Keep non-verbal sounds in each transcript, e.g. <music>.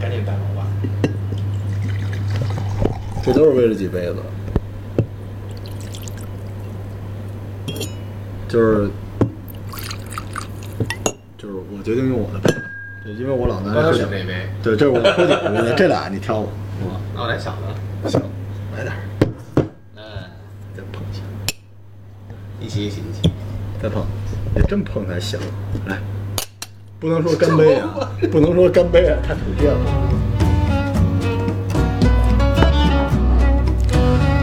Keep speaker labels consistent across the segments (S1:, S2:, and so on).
S1: 赶紧带走吧。
S2: 这都是为了几杯子，就是就是我决定用我的杯，对，因为我老男
S1: 刚才
S2: 喝
S1: 选
S2: 酒，
S1: 这杯，
S2: 对，这是我喝酒的杯，这俩你挑吧，
S3: 嗯
S2: 我
S1: 哦那我来小的。
S2: 行，来点儿，
S1: 嗯，
S2: 再碰一下，
S1: 一起一起一起。
S2: 再碰，也真碰才行，来，不能说干
S1: <laughs>
S2: 杯啊，不能说干杯啊，太土鳖了。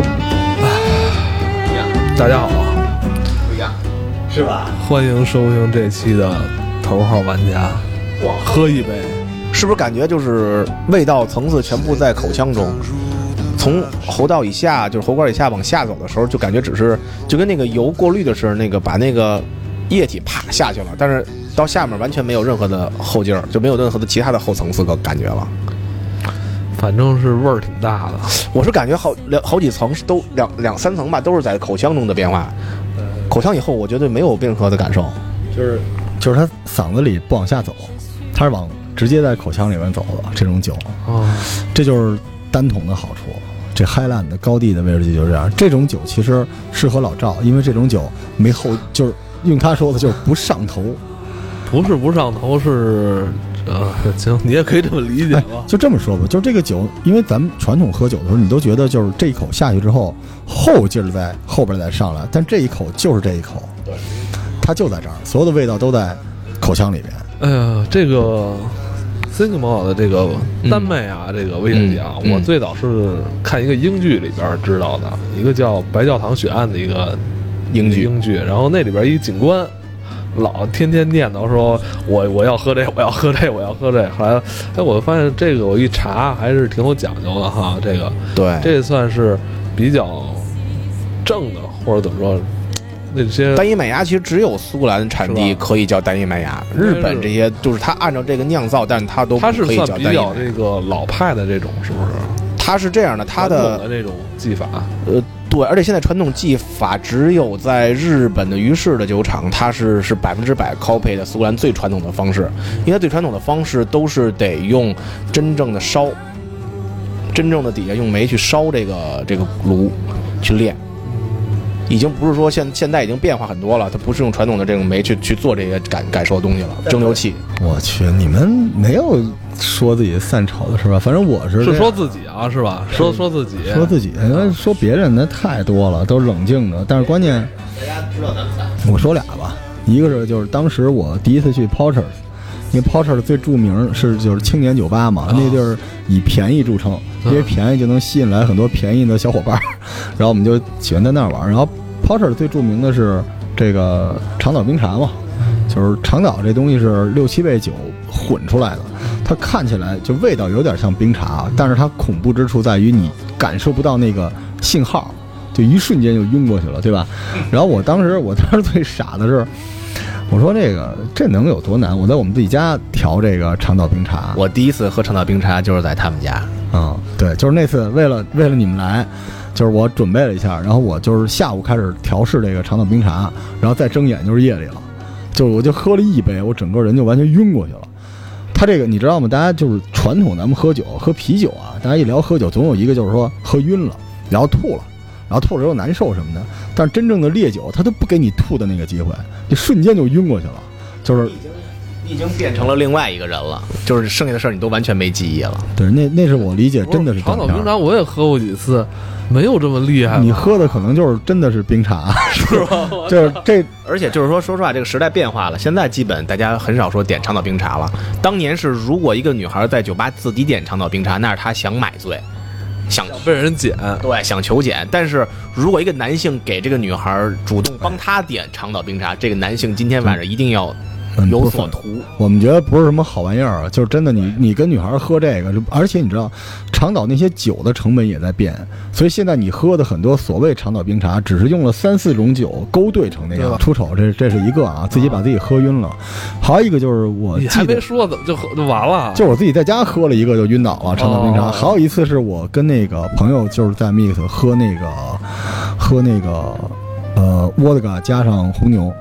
S1: 不一样，
S4: 大家好，
S1: 不一样。
S2: 是吧？
S4: 欢迎收听这期的头号玩家，
S1: 哇，
S4: 喝一杯。
S3: 是不是感觉就是味道层次全部在口腔中，从喉道以下，就是喉管以下往下走的时候，就感觉只是就跟那个油过滤的时候，那个把那个液体啪下去了，但是到下面完全没有任何的后劲儿，就没有任何的其他的后层次的感觉了。
S4: 反正是味儿挺大的，
S3: 我是感觉好两好几层是都两两三层吧，都是在口腔中的变化。口腔以后，我觉得没有任何的感受。
S2: 就是就是他嗓子里不往下走，他是往直接在口腔里面走的这种酒，啊
S4: 哦，
S2: 这就是单桶的好处。这 Highland 的高地的威士忌就是这样，这种酒其实适合老赵，因为这种酒没后，就是用他说的就是不上头，
S4: 不是不上头是，呃，行，你也可以这么理解
S2: 哎
S4: 吧，。
S2: 就这么说吧，就是这个酒，因为咱们传统喝酒的时候，你都觉得就是这一口下去之后，后劲儿在后边儿再上来，但这一口就是这一口，对，它就在这儿，所有的味道都在口腔里边。
S4: 哎呀，这个 s i g m a 的这个丹麦啊，这个威士忌啊，
S3: 嗯嗯
S4: 我最早是看一个英剧里边知道的，一个叫《白教堂血案》的一个
S3: 英剧
S4: 英剧，然后那里边一警官。老天天念叨说，我我要喝这， <laughs> 我要喝这，我要喝这。后来，哎，我发现这个我一查还是挺有讲究的哈。这个，
S3: 对，
S4: 这算是比较正的，或者怎么说，那些
S3: 单一麦芽其实只有苏格兰产地
S4: 呃是吧
S3: 可以叫单一麦芽，
S4: 该是
S3: 日本这些就是它按照这个酿造，但它都
S4: 它
S3: 不
S4: 是
S3: 可以
S4: 算
S3: 叫
S4: 比
S3: 单一
S4: 较
S3: 麦芽。
S4: 这个老派的这种，是不是？
S3: 它是这样的，它
S4: 传
S3: 的
S4: 统的这种技法，
S3: 呃对，而且现在传统技法只有在日本的于氏的酒厂，它是是百分之百 copy 的苏格兰最传统的方式，因为它最传统的方式都是得用真正的烧，真正的底下用煤去烧这个这个炉去炼。已经不是说现现在已经变化很多了，它不是用传统的这种煤去去做这些感感受的东西了，蒸馏器。
S2: 我去，你们没有说自己散炒的是吧？反正我是这
S4: 是
S2: 样
S4: 说自己啊，是吧？说说自己，
S2: 说自己，呃说别人的太多了，都冷静的。但是关键，我说俩吧，一个是就是当时我第一次去 Porter，因为 Porter 最著名是就是青年酒吧嘛，那地儿以便宜著称，因为便宜就能吸引来很多便宜的小伙伴儿， <laughs> 然后我们就喜欢在那儿玩儿。然后 Porter 最著名的是这个长岛冰茶嘛，就是长岛这东西是六七倍酒混出来的，它看起来就味道有点像冰茶，啊但是它恐怖之处在于你感受不到那个信号，就一瞬间就晕过去了，对吧？然后我当时，我当时最傻的是，我说这个这能有多难？我在我们自己家调这个长岛冰茶，
S3: 我第一次喝长岛冰茶就是在他们家，
S2: 嗯，对，就是那次为了为了你们来，就是我准备了一下，然后我就是下午开始调试这个长岛冰茶，然后再睁眼就是夜里了，就是我就喝了一杯，我整个人就完全晕过去了。他这个你知道吗？大家就是传统咱们喝酒喝啤酒啊，大家一聊喝酒，总有一个就是说喝晕了，然后吐了，然后吐了又难受什么的。但是真正的烈酒，他都不给你吐的那个机会，你瞬间就晕过去了，就是
S3: 你已经变成了另外一个人了，就是剩下的事儿你都完全没记忆了。
S2: 对，那那是我理解，真的是
S4: 长岛
S2: 断片儿
S4: 冰茶，我也喝过几次，没有这么厉害吧。
S2: 你喝的可能就是真的是冰茶，是吧？就是这
S3: 而且就是说，说实话，这个时代变化了，现在基本大家很少说点长岛冰茶了。当年是，如果一个女孩在酒吧自己点长岛冰茶，那是她想买醉，想
S4: 被人捡，
S3: 对想求检。但是如果一个男性给这个女孩主动帮她点长岛冰茶，这个男性今天晚上一定要
S2: 嗯
S3: 有
S2: 不
S3: 所
S2: 分
S3: 图。
S2: 我们觉得不是什么好玩意儿啊，就是真的你，你跟女孩儿喝这个，就而且你知道，长岛那些酒的成本也在变，所以现在你喝的很多所谓长岛冰茶，只是用了三四种酒勾兑成那
S4: 对
S2: 样
S4: 吧
S2: 出丑，这这是一个啊，自己把自己喝晕了。还有一个就是我
S4: 你还
S2: 记
S4: 没
S2: 得，
S4: 说怎么就喝就完了？
S2: 就我自己在家喝了一个就晕倒了长岛冰茶。
S4: 啊哦
S2: 还有一次是我跟那个朋友就是在 Mix 喝那个喝那个呃沃德嘎加上红牛。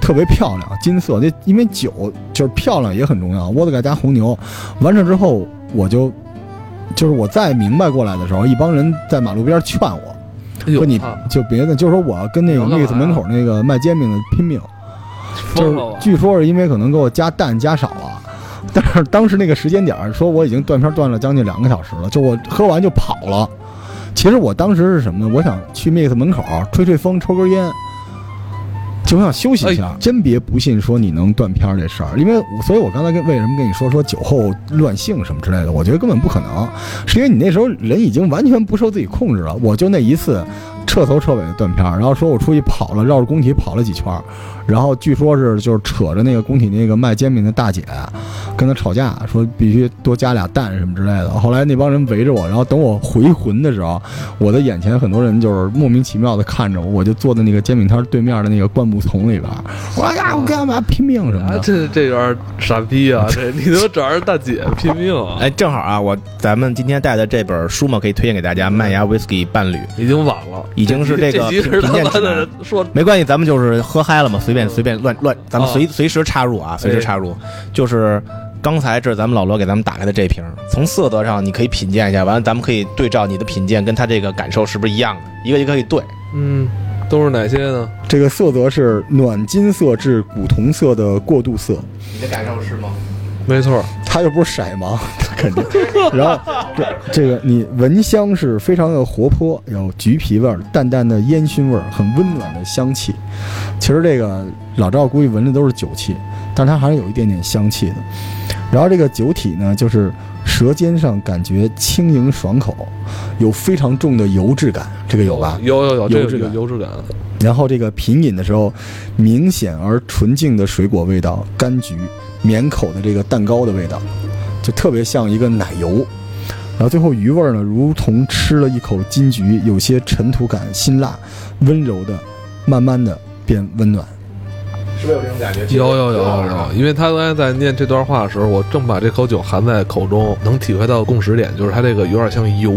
S2: 特别漂亮，金色。那因为酒就是漂亮也很重要，沃德嘎加红牛，完事之后我就就是我再明白过来的时候，一帮人在马路边劝我，
S4: 哎呦
S2: 说你
S4: 操
S2: 就别的，就是说我要跟那个
S4: 你要干嘛呀
S2: 妹子门口那个卖煎饼的拼命，就
S4: 疯
S2: 是
S4: 了吧？
S2: 据说是因为可能给我加蛋加少了。 <laughs> 但是当时那个时间点儿，说我已经断片儿断了将近两个小时了，就我喝完就跑了。其实我当时是什么呢？我想去 Mix 门口吹吹风，抽根烟，就想休息一下。哎真别不信说你能断片儿这事儿，因为我所以，我刚才跟为什么跟你说说酒后乱性什么之类的，我觉得根本不可能，是因为你那时候人已经完全不受自己控制了。我就那一次，彻头彻尾的断片儿，然后说我出去跑了，绕着工体跑了几圈儿，然后据说是就是扯着那个工体那个卖煎饼的大姐，跟她吵架，说必须多加俩蛋什么之类的。后来那帮人围着我，然后等我回魂的时候，我的眼前很多人就是莫名其妙的看着我，我就坐在那个煎饼摊对面的那个灌木丛里边儿，我说呀，我干嘛拼命什么
S4: 啊，
S2: 的。
S4: 这这有点傻
S2: <laughs>
S4: 逼啊！这你都找人大姐拼命啊！
S3: 哎，正好啊，我咱们今天带的这本书嘛，可以推荐给大家，《麦芽 Whisky 伴侣》。
S4: 已经晚了，
S3: 已经是
S4: 这
S3: 这个
S4: 集是
S3: 评
S4: 他
S3: 评
S4: 妈
S3: 鉴
S4: 的
S3: 指
S4: 说
S3: 没关系，咱们就是喝嗨了嘛，随便随便乱乱，咱们随、
S4: 哦
S3: 随时插入啊，随时插入。就是刚才这是咱们老罗给咱们打开的这瓶，从色泽上你可以品鉴一下，完了咱们可以对照你的品鉴跟他这个感受是不是一样的，一个一个可以对。
S4: 嗯，都是哪些呢？
S2: 这个色泽是暖金色至古铜色的过渡色，
S3: 你的感受是吗？
S4: 没错，
S2: 它又不是色盲， <laughs> 它肯定。然后这这个你闻香是非常的活泼，有橘皮味儿，淡淡的烟熏味儿，很温暖的香气。其实这个老赵估计闻着都是酒气，但是它还是有一点点香气的。然后这个酒体呢，就是舌尖上感觉轻盈爽口，有非常重的油质感，这个有吧？
S4: 有有有，这
S2: 有
S4: 个
S2: 质
S4: 有
S2: 感
S4: 优质感，
S2: 然后这个品饮的时候，明显而纯净的水果味道，柑橘、绵口的这个蛋糕的味道，就特别像一个奶油。然后最后余味儿呢，如同吃了一口金桔，有些尘土感，辛辣，温柔的，慢慢的变温暖。
S3: 是不是有这种感觉？
S4: 有有有有有，因为他刚才在念这段话的时候，我正把这口酒含在口中，能体会到共识点，就是它这个有点像油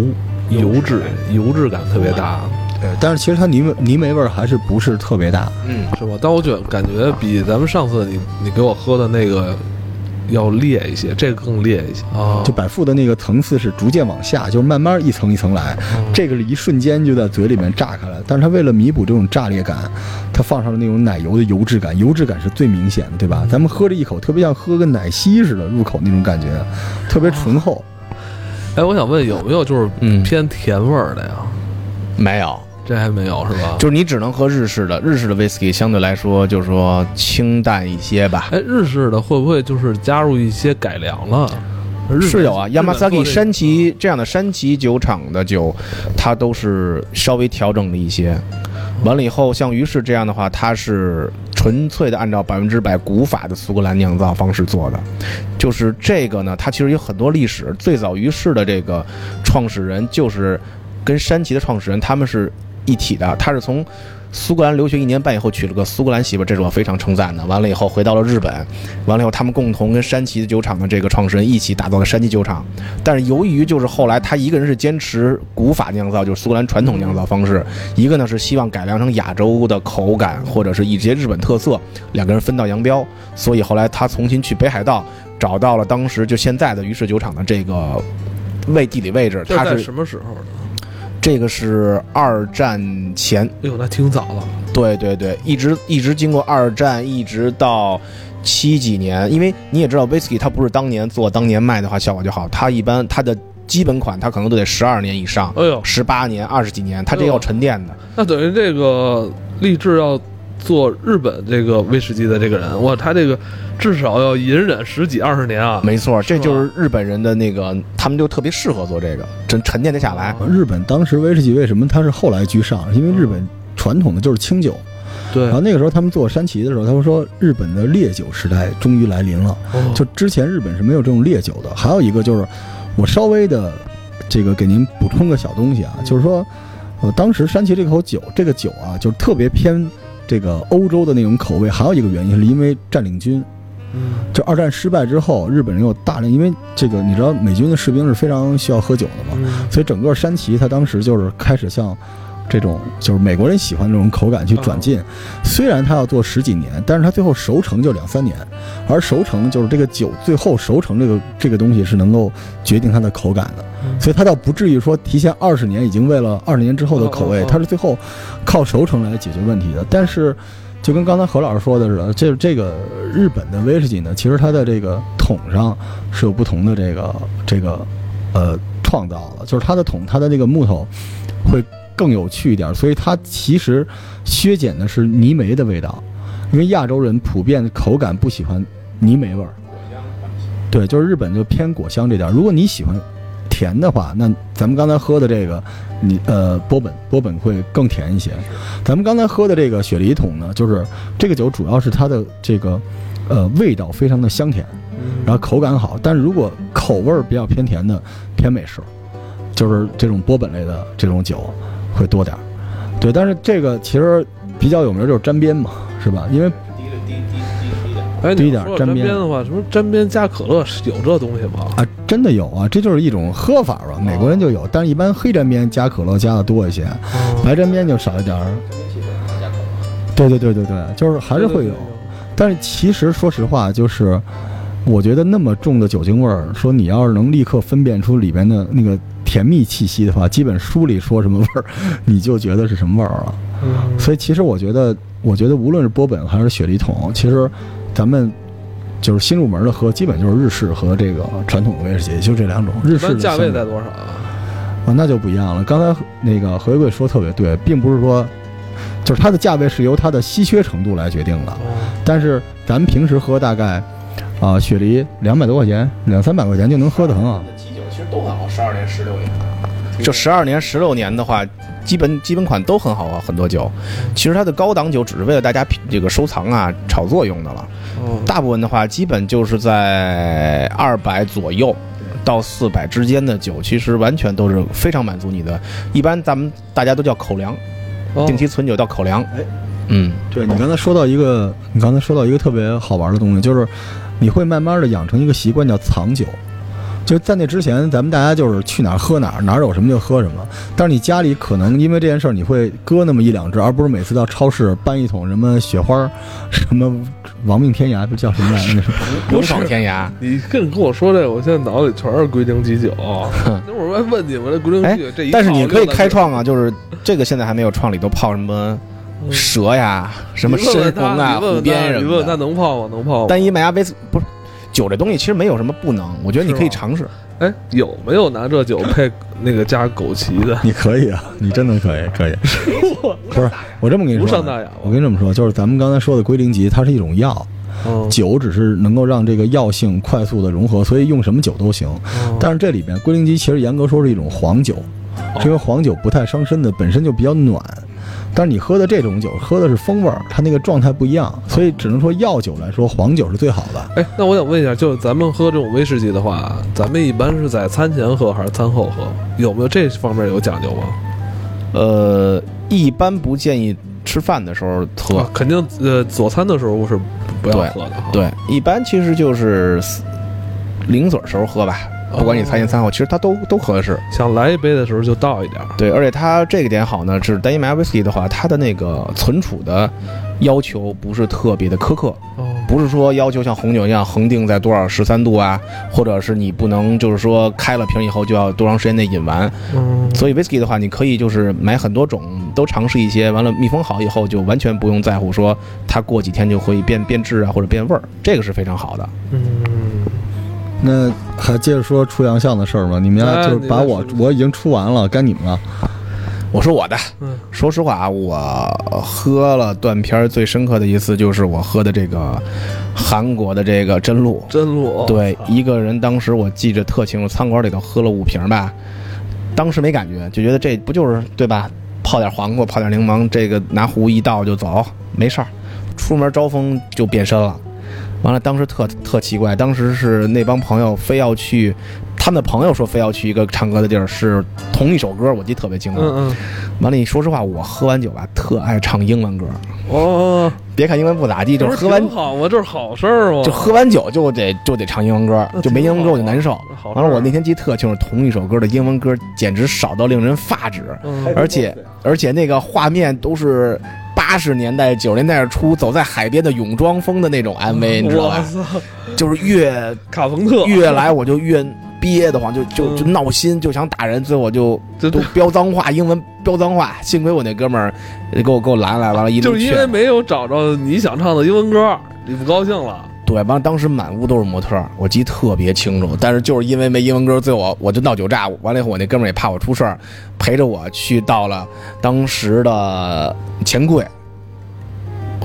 S4: 油质油质感特别大，
S2: 对，呃但是其实它泥味泥煤味儿还是不是特别大。
S3: 嗯，
S4: 是吧？但我觉得感觉比咱们上次你你给我喝的那个要烈一些，这个更烈一些啊
S2: 就百富的那个层次是逐渐往下，就是慢慢一层一层来，这个是一瞬间就在嘴里面炸开了。但是它为了弥补这种炸裂感，它放上了那种奶油的油质感，油质感是最明显的，对吧？咱们喝着一口，特别像喝个奶昔似的，入口那种感觉，特别醇厚。
S4: 哎，我想问有没有就是
S3: 嗯
S4: 偏甜味儿的呀？
S3: 没有。
S4: 这还没有是吧？
S3: 就是你只能喝日式的，日式的 whisky 相对来说就是说清淡一些吧。
S4: 哎，日式的会不会就是加入一些改良了？日本
S3: 是有啊
S4: 日本做这嗯
S3: ，Yamasaki
S4: 个
S3: 山崎这样的山崎酒厂的酒，它都是稍微调整了一些。完了以后，像于氏这样的话，它是纯粹的按照百分之百古法的苏格兰酿造方式做的。就是这个呢，它其实有很多历史。最早于氏的这个创始人就是跟山崎的创始人他们是一体的，他是从。苏格兰留学一年半以后娶了个苏格兰媳妇儿，这是我非常称赞的。完了以后回到了日本，完了以后，他们共同跟山崎酒厂的这个创始人一起打造了山崎酒厂。但是由于就是后来他一个人是坚持古法酿造，就是苏格兰传统酿造方式；一个呢是希望改良成亚洲的口感，或者是一些日本特色。两个人分道扬镳，所以后来他重新去北海道找到了当时就现在的于氏酒厂的这个位地理位置。
S4: 这
S3: 它
S4: 在
S3: 是
S4: 什么时候呢？
S3: 这个是二战前，
S4: 哎呦，那挺早了。
S3: 对对对，一直一直经过二战，一直到七几年，因为你也知道，whisky 它不是当年做当年卖的话效果就好，它一般它的基本款它可能都得十二年以上，
S4: 哎呦，
S3: 十八年、二十几年，它这
S4: 哎呦
S3: 要沉淀的。
S4: 那等于这个立志要做日本这个威士忌的这个人，哇，他这个至少要隐忍十几二十年啊！
S3: 没错，这
S4: 是吗
S3: 就是日本人的那个，他们就特别适合做这个，沉沉淀得下来。
S2: 日本当时威士忌为什么它是后来居上？因为日本传统的就是清酒，
S4: 对
S2: 然，
S3: 啊
S2: 后那个时候他们做山崎的时候，他们说日本的烈酒时代终于来临了。
S4: 哦
S2: 就之前日本是没有这种烈酒的。还有一个就是，我稍微的这个给您补充个小东西啊，就是说，呃，当时山崎这口酒，这个酒啊，就是特别偏这个欧洲的那种口味。还有一个原因是因为占领军，
S4: 嗯
S2: 就二战失败之后，日本人有大量，因为这个你知道美军的士兵是非常需要喝酒的嘛，
S4: 嗯
S2: 所以整个山崎它当时就是开始向这种就是美国人喜欢这种口感去转进。虽然它要做十几年，但是它最后熟成就两三年，而熟成就是这个酒最后熟成这个这个东西是能够决定它的口感的，
S4: 嗯
S2: 所以它倒不至于说提前二十年已经为了二十年之后的口
S4: 哦
S2: 味
S4: 哦哦，
S2: 它是最后靠熟成来解决问题的。但是就跟刚才何老师说的似的，这这个日本的威士忌呢，其实它的这个桶上是有不同的这个这个呃创造的，就是它的桶，它的这个木头会更有趣一点，所以它其实削减的是泥煤的味道，因为亚洲人普遍口感不喜欢泥煤味儿。对，就是日本就偏果香这点儿。如果你喜欢甜的话，那咱们刚才喝的这个，你呃波本波本会更甜一些。咱们刚才喝的这个雪梨桶呢，就是这个酒主要是它的这个呃味道非常的香甜，然后口感好。但是如果口味儿比较偏甜的，偏美式，就是这种波本类的这种酒会多点儿。对，但是这个其实比较有名就是沾边嘛，是吧？因为
S1: 低了低低低低点。
S4: 哎，
S2: 低
S4: 你
S2: 点儿
S4: 说
S2: 沾
S4: 沾
S2: 边
S4: 边的话，什么沾边加可乐是有这东西吗？
S2: 啊，真的有啊，这就是一种喝法吧，美国人就有，但是一般黑沾边加可乐加的多一些，白沾边就少一点儿。对对对对对，就是还是会有，但是其实说实话，就是我觉得那么重的酒精味儿，说你要是能立刻分辨出里边的那个甜蜜气息的话，基本书里说什么味儿， <laughs> 你就觉得是什么味儿了。
S4: 嗯，
S2: 所以其实我觉得，我觉得无论是波本还是雪梨桶，其实咱们就是新入门的喝，基本就是日式和这个传统威士忌，就这两种。日
S4: 一
S2: 式
S4: 般
S2: 的
S4: 价位
S2: 香
S4: 在
S2: 料
S4: 多少啊？
S2: 啊，那就不一样了。刚才那个何贵说特别对，并不是说，就是它的价位是由它的稀缺程度来决定
S3: 哦
S2: 的。但是咱们平时喝大概，啊、雪梨两百多块钱，两三百块钱就能喝得很好。
S3: 基酒其实都很好，十二年、十六年，就十二年、十六年的话，基本基本款都很好啊，很多酒。其实它的高档酒只是为了大家品这个收藏啊、炒作用的了。
S4: 哦，
S3: 大部分的话，基本就是在二百左右到四百之间的酒，其实完全都是非常满足你的。一般咱们大家都叫口粮，
S4: 哦
S3: 定期存酒叫口粮。
S2: 哎
S3: 嗯，
S2: 对你刚才说到一个，你刚才说到一个特别好玩的东西，就是你会慢慢的养成一个习惯，叫藏酒。就在那之前，咱们大家就是去哪儿喝哪儿，哪儿有什么就喝什么。但是你家里可能因为这件事儿，你会搁那么一两只，而不是每次到超市搬一桶什么雪花儿，什么亡命天涯，这叫什么来着？ <laughs>
S3: 勇闯天涯。
S4: 你跟跟我说这，我现在脑子里全是龟苓
S3: <laughs>
S4: 基酒。那会儿还问你们这龟苓
S3: 哎
S4: 基酒这一，
S3: 但是
S4: 套
S3: 你可以
S4: 六百
S3: 开创啊，就是这个现在还没有创里头泡什么
S4: 嗯
S3: 蛇呀、什么
S4: 你问
S3: 深
S4: 问
S3: 红
S4: 他
S3: 啊、
S4: 你问
S3: 湖
S4: 问他，
S3: 边什
S4: 你问
S3: 么
S4: 问他
S3: 的。
S4: 能泡吗？能泡吗？
S3: 单一麦芽威士不是酒这东西，其实没有什么不能，我觉得你可以
S4: 是吗
S3: 尝试。
S4: 哎，有没有拿这酒配那个加枸杞的？
S2: 你可以啊，你真的可以，可以。不是， <laughs> 我这么跟你说啊，
S4: 无伤大雅
S2: 我跟你这么说，就是咱们刚才说的龟苓集，它是一种药，
S4: 嗯，
S2: 酒只是能够让这个药性快速的融合，所以用什么酒都行。
S4: 哦
S2: 但是这里边龟苓基其实严格说是一种黄酒，是因为黄酒不太伤身的，本身就比较暖。但是你喝的这种酒，喝的是风味儿，它那个状态不一样，所以只能说药酒来说，黄酒是最好的。
S4: 哎，那我想问一下，就是咱们喝这种威士忌的话，咱们一般是在餐前喝还是餐后喝？有没有这方面有讲究吗？
S3: 呃，一般不建议吃饭的时候喝，
S4: 啊肯定呃，佐餐的时候是不要喝的哈。
S3: 对，一般其实就是死零嘴儿时候喝吧，
S4: 哦
S3: 不管你餐前餐后，其实它都都合适。
S4: 想来一杯的时候就倒一点儿。
S3: 对，而且它这个点好呢，是单一麦芽威士忌的话，它的那个存储的要求不是特别的苛刻，
S4: 哦，
S3: 不是说要求像红酒一样恒定在多少十三度啊，或者是你不能就是说开了瓶以后就要多长时间内饮完。
S4: 嗯，
S3: 所以 whisky 的话，你可以就是买很多种，都尝试一些，完了密封好以后就完全不用在乎说它过几天就会变变质啊或者变味儿，这个是非常好的。
S4: 嗯，
S2: 那还接着说出洋相的事儿吗？你们
S4: 哎
S2: 家就
S4: 你
S2: 是把
S4: 再
S2: 我
S4: 说说
S2: 我已经出完了，该你们了。
S3: 我说我的，
S4: 嗯
S3: 说实话啊，我喝了断片儿最深刻的一次就是我喝的这个韩国的这个真露，
S4: 真露。
S3: 对，一个人当时我记着特清楚，餐馆里头喝了五瓶吧，当时没感觉，就觉得这不就是对吧？泡点黄瓜，泡点柠檬，这个拿壶一倒就走，没事儿。出门招风就变身了，完了当时特特奇怪，当时是那帮朋友非要去。他们的朋友说非要去一个唱歌的地儿，是同一首歌，我记得特别清楚。
S4: 嗯嗯，
S3: 完了，你说实话，我喝完酒吧特爱唱英文歌，
S4: 哦，
S3: 别看英文不咋地，就是喝完
S4: 不是挺好吗？这是好事儿吗？哦
S3: 就喝完酒就得就得唱英文歌
S4: 那，啊
S3: 就没英文歌我就难受。
S4: 挺好啊
S3: 完了，我那天记得特清楚，同一首歌的英文歌简直少到令人发指，
S4: 嗯
S3: 而且而且那个画面都是八十年代九十年代初走在海边的泳装风的那种 MV，你知道
S4: 哇
S3: 吧？
S4: 塞，
S3: 就是越
S4: 卡朋特
S3: 越来我就越憋得慌，就就
S4: 嗯
S3: 就闹心，就想打人，最后我就
S4: 真
S3: 都
S4: 的
S3: 飙脏话，英文飙脏话。幸亏我那哥们儿给我给我拦来，完了，一
S4: 就
S3: 顿
S4: 是因
S3: 劝
S4: 为。没有找着你想唱的英文歌，你不高兴了。
S3: 对，完了当时满屋都是模特儿，我记得特别清楚。但是就是因为没英文歌，最后我我就闹酒炸。完了以后，我那哥们儿也怕我出事儿，陪着我去到了当时的钱柜，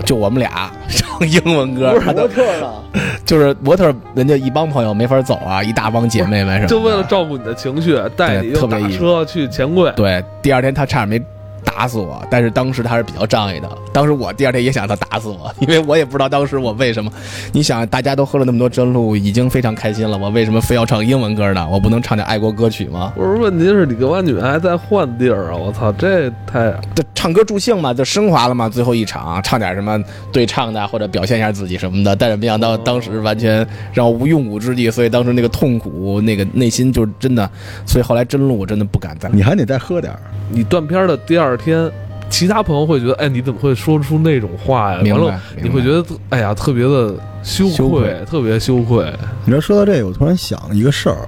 S3: 就我们俩 <laughs> 唱英文歌，他都
S1: 特呢？
S3: <laughs> 就是模特儿，人家一帮朋友没法走啊，一大帮姐妹们什么的，
S4: 就为了照顾你的情绪，带你
S3: 特
S4: 又
S3: 别
S4: 打
S3: 意思
S4: 车去钱柜，
S3: 对，第二天他差点没打死我，但是当时他还是比较仗义的。当时我第二天也想他打死我， <laughs> 因为我也不知道当时我为什么。你想，大家都喝了那么多真露，已经非常开心了，我为什么非要唱英文歌呢？我不能唱点爱国歌曲吗？
S4: 不是问题是你跟我女孩还在换地儿啊！我操，这太
S3: 这唱歌助兴嘛，就升华了嘛。最后一场唱点什么对唱的，或者表现一下自己什么的。但是没想到当时完全让我无用武之地，所以当时那个痛苦，那个内心就是真的。所以后来真露我真的不敢再。
S2: 你还得再喝点儿。
S4: 你断片儿的第二天，其他朋友会觉得，哎，你怎么会说出那种话呀？
S3: 明
S4: 完
S3: 白
S4: 了，
S3: 明
S4: 你
S3: 白
S4: 会觉得，哎呀，特别的羞
S3: 羞愧
S4: 特别羞愧。
S2: 你知道说到这个，我突然想一个事儿，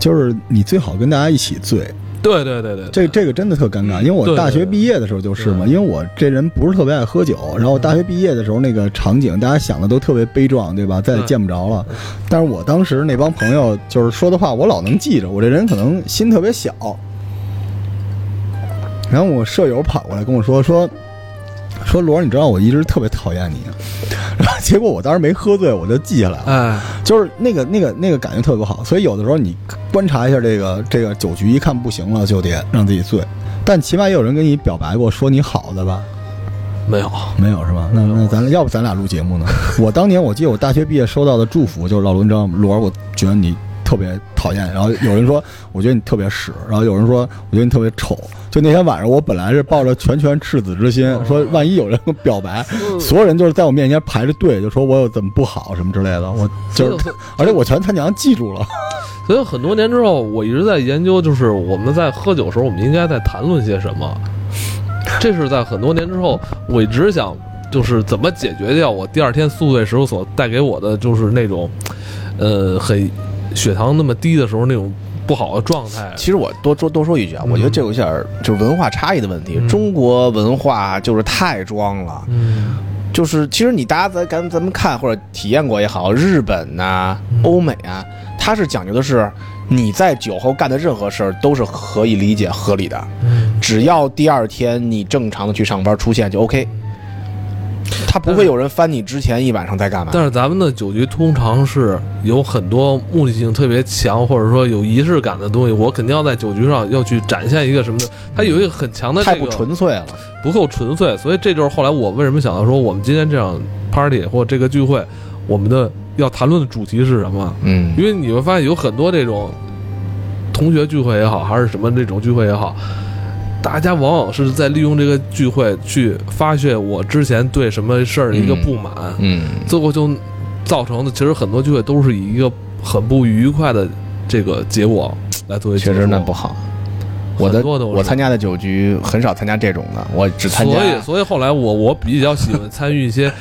S2: 就是你最好跟大家一起醉，
S4: 对对对对，
S2: 这这个真的特尴尬，因为我
S4: 对
S2: 大学毕业的时候就是嘛，
S4: 对
S2: 因为我这人不是特别爱喝酒，然后我大学毕业的时候那个场景，大家想的都特别悲壮，对吧？再也
S4: 对
S2: 见不着了。但是我当时那帮朋友就是说的话，我老能记着，我这人可能心特别小。然后我舍友跑过来跟我说说说罗儿，你知道我一直特别讨厌你，啊 <laughs> 然后结果我当时没喝醉，我就记下来了。
S4: 哎，
S2: 就是那个那个那个感觉特别不好，所以有的时候你观察一下这个这个酒局，一看不行了就得让自己醉。但起码也有人跟你表白过，说你好的吧？
S4: 没有，
S2: 没有是吧？那那咱要不咱俩录节 <laughs> 目呢？我当年我记得我大学毕业收到的祝福就是老罗，你知道吗？罗儿，我觉得你特别讨厌。然后有人说我觉得你特别屎，然后有人说我觉得你特别丑。就那天晚上，我本来是抱着拳拳赤子之心，说万一有人跟我表白，所有人就是在我面前排着队，就说我有怎么不好什么之类的。我就是
S4: 所以
S2: <laughs> 而且我全他娘记住 <laughs> 了。
S4: 所以很多年之后，我一直在研究，就是我们在喝酒的时候，我们应该在谈论些什么。这是在很多年之后，我一直想，就是怎么解决掉我第二天宿醉时候所带给我的，就是那种，呃，很血糖那么低的时候那种不好的状态。
S3: 其实我多多多说一句啊，我觉得这有点儿就是文化差异的问题。
S4: 嗯
S3: 中国文化就是太装了，
S4: 嗯，
S3: 就是其实你大家咱咱咱们看或者体验过也好，日本呐、欧美啊，它是讲究的是你在酒后干的任何事儿都是可以理解合理的，只要第二天你正常的去上班出现就 OK。他不会有人翻你之前一晚上在干嘛。
S4: 但是咱们的酒局通常是有很多目的性特别强，或者说有仪式感的东西，我肯定要在酒局上要去展现一个什么的，它有一个很强的、这
S3: 太
S4: 个、
S3: 不纯粹了，
S4: 不够纯粹，所以这就是后来我为什么想到说，我们今天这场 party 或这个聚会，我们的要谈论的主题是什么？
S3: 嗯，
S4: 因为你会发现有很多这种同学聚会也好，还是什么这种聚会也好，大家往往是在利用这个聚会去发泄我之前对什么事儿的一个不满，
S3: 嗯，
S4: 最后就造成的其实很多聚会都是以一个很不愉快的这个结果来作为
S3: 确
S4: 结
S3: 实
S4: 束
S3: 那不好。我的
S4: 很多都是
S3: 我参加的酒局很少参加这种的，我只参加。
S4: 所以，所以后来我我比较喜欢参与一些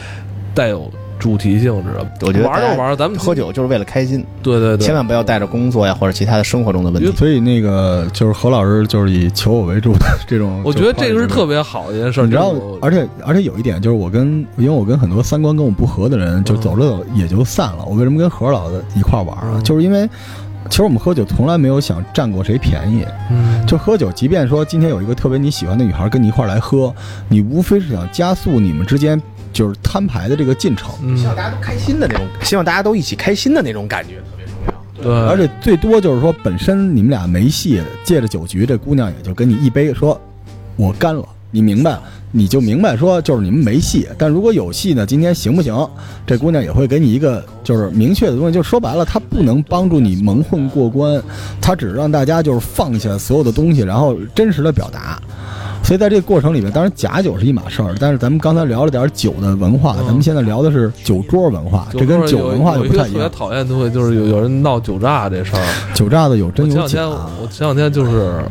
S4: 带有主题性质的，
S3: 我觉得
S4: 玩
S3: 大
S4: 儿
S3: 家
S4: 就玩儿，咱们
S3: 喝，酒就是为了开心，
S4: 对对对，
S3: 千万不要带着工作呀或者其他的生活中的问题。
S2: 所以那个就是何老师就是以求我为主的这种，
S4: 我觉得这个
S2: 别。
S4: 是特别好的一件事儿，
S2: 你知道
S4: 就是我，
S2: 而且而且有一点就是，我跟因为我跟很多三观跟我不合的人，
S4: 嗯
S2: 就走着走着也就散了。我为什么跟何老的一块儿玩啊？
S4: 嗯
S2: 就是因为其实我们喝酒从来没有想占过谁便宜。
S4: 嗯
S2: 就喝酒，即便说今天有一个特别你喜欢的女孩跟你一块儿来喝，你无非是想加速你们之间就是摊牌的这个进程。
S4: 嗯
S3: 希望大家都开心的那种，希望大家都一起开心的那种感觉特别重要。
S4: 对，
S2: 嗯而且最多就是说，本身你们俩没戏，借着酒局，这姑娘也就跟你一杯说，我干了，你明白，你就明白说就是你们没戏。但如果有戏呢，今天行不行？这姑娘也会给你一个就是明确的东西。就说白了，她不能帮助你蒙混过关，她只让大家就是放下所有的东西，然后真实的表达。所以在这个过程里面，当然假酒是一码事儿，但是咱们刚才聊了点酒的文化，
S4: 嗯
S2: 咱们现在聊的是酒桌文化，这跟酒文化就
S4: 有一
S2: 不
S4: 个
S2: 太
S4: 特
S2: 一
S4: 别
S2: 样。
S4: 讨厌的东西，就是有有人闹酒炸这事儿。
S2: 酒炸的有
S4: 我
S2: 真
S4: 前
S2: 有
S4: 两
S2: 假
S4: 天，，我前两天就是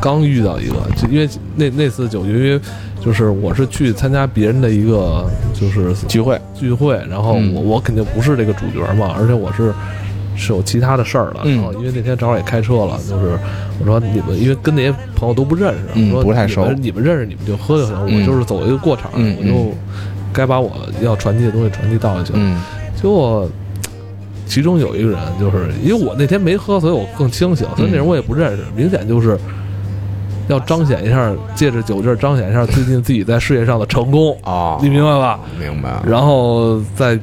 S4: 刚遇到一个，就因为那那次酒局，因为就是我是去参加别人的一个就是
S3: 聚会，
S4: 聚会，然后我、
S3: 嗯
S4: 我肯定不是这个主角嘛，而且我是是有其他的事儿了。
S3: 嗯
S4: 然后因为那天正好也开车了，就是我说你们因为跟那些朋友都不认识，
S3: 嗯
S4: 我说
S3: 不太
S4: 你们
S3: 熟
S4: 你们认识你们就喝就行，
S3: 嗯
S4: 我就是走一个过场，
S3: 嗯
S4: 我就该把我要传递的东西传递到就行。
S3: 嗯
S4: 结果其中有一个人，就是因为我那天没喝，所以我更清醒，
S3: 嗯
S4: 所以那人我也不认识，明显就是。要彰显一下，借着酒劲儿彰显一下最近自己在事业上的成功，
S3: 哦，
S4: 你明白吧？
S3: 明白了，
S4: 然后在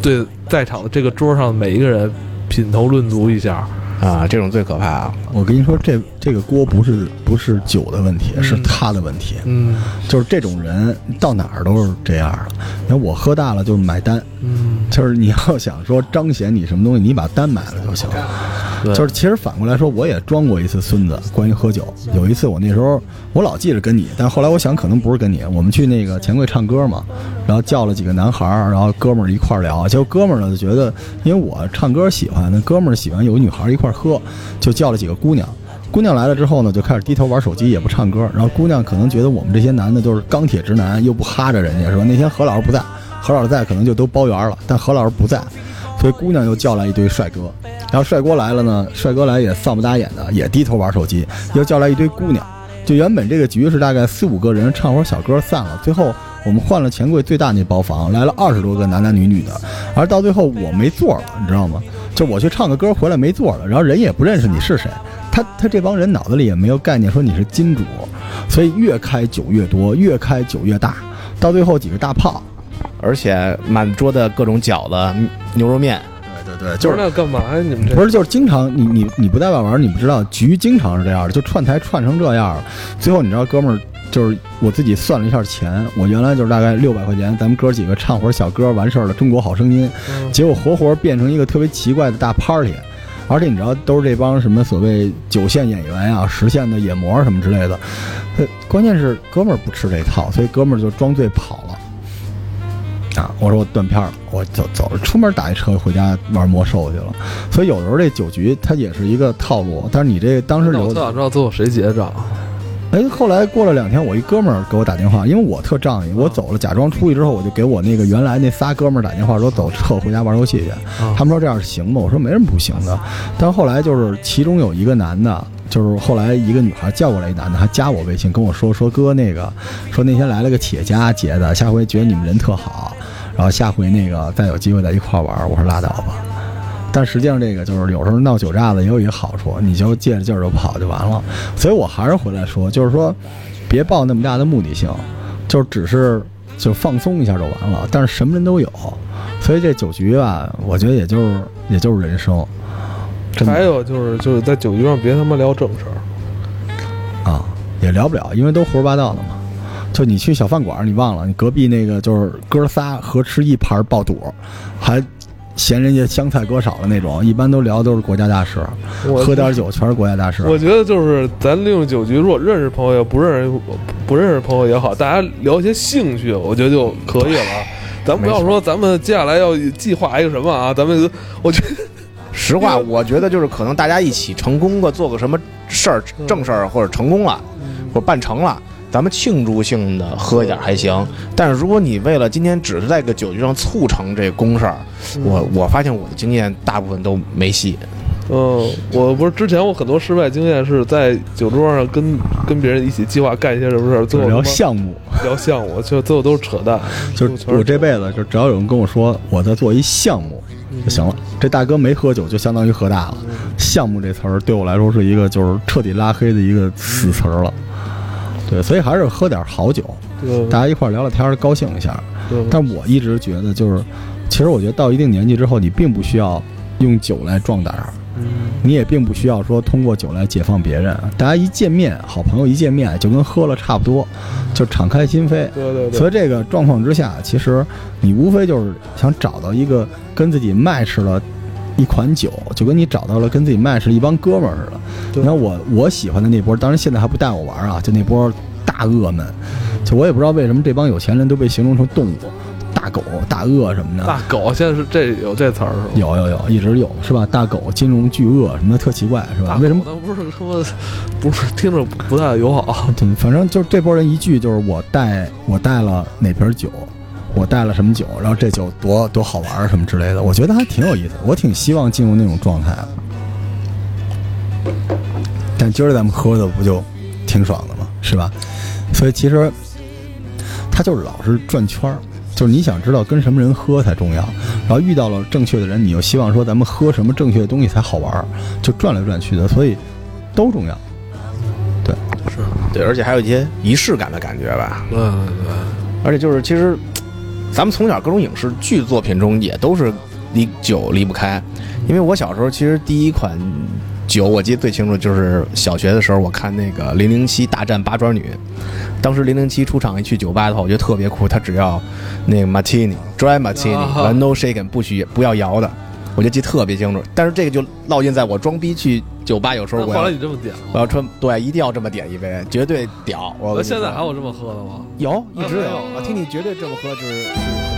S4: 对在场的这个桌上每一个人品头论足一下，
S3: 啊，这种最可怕啊，
S2: 我跟你说，这这个锅不是不是酒的问题，是他的问题。
S4: 嗯
S2: 就是这种人到哪儿都是这样的。你看我喝大了就买单，
S4: 嗯，
S2: 就是你要想说彰显你什么东西，你把单买了就行。
S4: 对
S2: 就是其实反过来说，我也装过一次孙子，关于喝酒。有一次我那时候我老记着跟你，但后来我想可能不是跟你，我们去那个钱柜唱歌嘛，然后叫了几个男孩儿，然后哥们儿一块儿聊，结果哥们儿呢就觉得，因为我唱歌喜欢，那哥们儿喜欢有女孩儿一块儿喝，就叫了几个姑娘。姑娘来了之后呢，就开始低头玩手机，也不唱歌。然后姑娘可能觉得我们这些男的就是钢铁直男，又不哈着人家，是吧？那天何老师不在，何老师在可能就都包圆了，但何老师不在，所以姑娘又叫来一堆帅哥。然后帅哥来了呢，帅哥来也丧不搭眼的，也低头玩手机，又叫来一堆姑娘。就原本这个局是大概四五个人唱会儿小歌散了，最后我们换了钱柜最大那包房，来了二十多个男男女女的，而到最后我没座了，你知道吗？就我去唱个歌回来没座了，然后人也不认识你是谁，他他这帮人脑子里也没有概念说你是金主，所以越开酒越多，越开酒越大，到最后几个大炮。
S3: 而且满桌的各种饺子、牛肉面，
S2: 对对对，
S4: 就是那干嘛呀？你们这
S2: 不是，就是经常你你你不在外玩，你不知道局经常是这样的，就串台串成这样。最后你知道，哥们儿就是我自己算了一下钱，我原来就是大概六百块钱，咱们哥几个唱会儿小歌完事儿了，《中国好声音》，
S4: 嗯
S2: 结果活活变成一个特别奇怪的大 party。而且你知道，都是这帮什么所谓九线演员啊、十线的野模什么之类的。呃，关键是哥们儿不吃这套，所以哥们儿就装醉跑了。啊，我说我断片儿了，我走走着，出门打一车回家玩魔兽去了。所以有的时候这酒局它也是一个套路，但是你这当时
S4: 那
S2: 留
S4: 我特想知道最后谁结账。啊
S2: 哎，后来过了两天，我一哥们儿给我打电话，因为我特仗义，我走了，假装出去之后，我就给我那个原来那仨哥们儿打电话说走，撤回家玩游戏去。
S4: 啊
S2: 他们说这样行吗？我说没什么不行的。但后来就是其中有一个男的，就是后来一个女孩叫过来一男的，还加我微信跟我说说哥那个，说那天来了个企业家结的，下回觉得你们人特好，然后下回那个再有机会在一块儿玩儿。我说拉倒吧。但实际上，这个就是有时候闹酒炸子也有一个好处，你就借着劲儿就跑就完了。所以我还是回来说，就是说，别抱那么大的目的性，就只是就放松一下就完了。但是什么人都有，所以这酒局吧，我觉得也就是也就是人生，真
S4: 还
S2: 的
S4: 有就是就是在酒局上别他妈聊正事儿，
S2: 啊也聊不了，因为都胡说八道的嘛。就你去小饭馆儿，你忘了你隔壁那个就是哥仨合吃一盘儿爆肚，还嫌人家香菜搁少了那种，一般都聊都是国家大事，
S4: 我
S2: 喝点儿酒全是国家大事。
S4: 我觉得就是咱利用酒局，如果认识朋友也不认识不认识朋友也好，大家聊一些兴趣，我觉得就可以了。咱不要说咱们接下来要计划一个什么啊，咱们我觉得
S3: 实话，我觉得就是可能大家一起成功过，做个什么事儿、正事儿，或者成功了，或者办成了，咱们庆祝性的喝一点还行。但是如果你为了今天只是在个酒局上促成这公事儿，我我发现我的经验大部分都没戏。
S4: 嗯，我不是之前我很多失败经验是在酒桌上跟跟别人一起计划干一些什么事儿，最后他
S2: 聊
S4: 妈
S2: 项目，
S4: 聊项目，就最后都是扯淡。
S2: <laughs> 就是我这辈子就只要有人跟我说我在做一项目
S4: 嗯
S2: 就行了。这大哥没喝酒，就相当于喝大了。项目这词儿对我来说是一个就是彻底拉黑的一个死词儿了。对，所以还是喝点好酒，
S4: 对
S2: 大家一块儿聊聊天儿，高兴一下。
S4: 对
S2: 但我一直觉得就是，其实我觉得到一定年纪之后，你并不需要用酒来壮胆儿，
S4: 嗯
S2: 你也并不需要说通过酒来解放别人。大家一见面，好朋友一见面就跟喝了差不多，就敞开心扉。
S3: 对对
S2: 所以这个状况之下，其实你无非就是想找到一个跟自己 match 了一款酒，就跟你找到了跟自己 match 一帮哥们儿似的。
S3: 对
S2: 你看我我喜欢的那波，当然现在还不带我玩啊，就那波大鳄们，就我也不知道为什么这帮有钱人都被形容成动物，大狗、大鳄什么的。
S4: 大狗现在是这有这词儿是吗？
S2: 有有有，一直有是吧？大狗、金融巨鳄什么的特奇怪是吧
S4: 大？
S2: 为什么
S4: 狗？那不是他妈不是听着不太友好？
S2: 对，反正就是这波人一句就是我带我带了哪瓶酒，我带了什么酒，然后这酒多多好玩儿什么之类的，我觉得还挺有意思，我挺希望进入那种状态的。但今儿咱们喝的不就挺爽的吗？是吧？所以其实他就是老是转圈儿，就是你想知道跟什么人喝才重要，然后遇到了正确的人，你又希望说咱们喝什么正确的东西才好玩儿，就转来转去的，所以都重要。
S3: 对，而且还有一些仪式感的感觉吧。
S4: 对
S2: 嗯
S4: 对
S3: 而且就是其实，咱们从小各种影视剧作品中也都是离酒离不开，
S4: 嗯
S3: 因为我小时候其实第一款酒我记得最清楚，就是小学的时候我看那个《零零七大战八爪女》，当时零零七出场一去酒吧的话，我觉得特别酷，他只要那个 martini dry martini
S4: 啊
S3: 完 no shaken 不许不要摇的。我就记得特别清楚，但是这个就烙印在我装逼去酒吧，有时候
S4: 对。
S3: 我
S4: 那后
S3: 要
S4: 来你这么点
S3: 我
S4: 吗？
S3: 要穿，对，一定要这么点一杯，绝对屌！我
S4: 那
S3: 跟你
S4: 现在
S3: 说
S4: 还有这么喝的吗？
S3: 有，一直有
S4: 啊没有。
S3: 我听你绝对这么喝，就是就是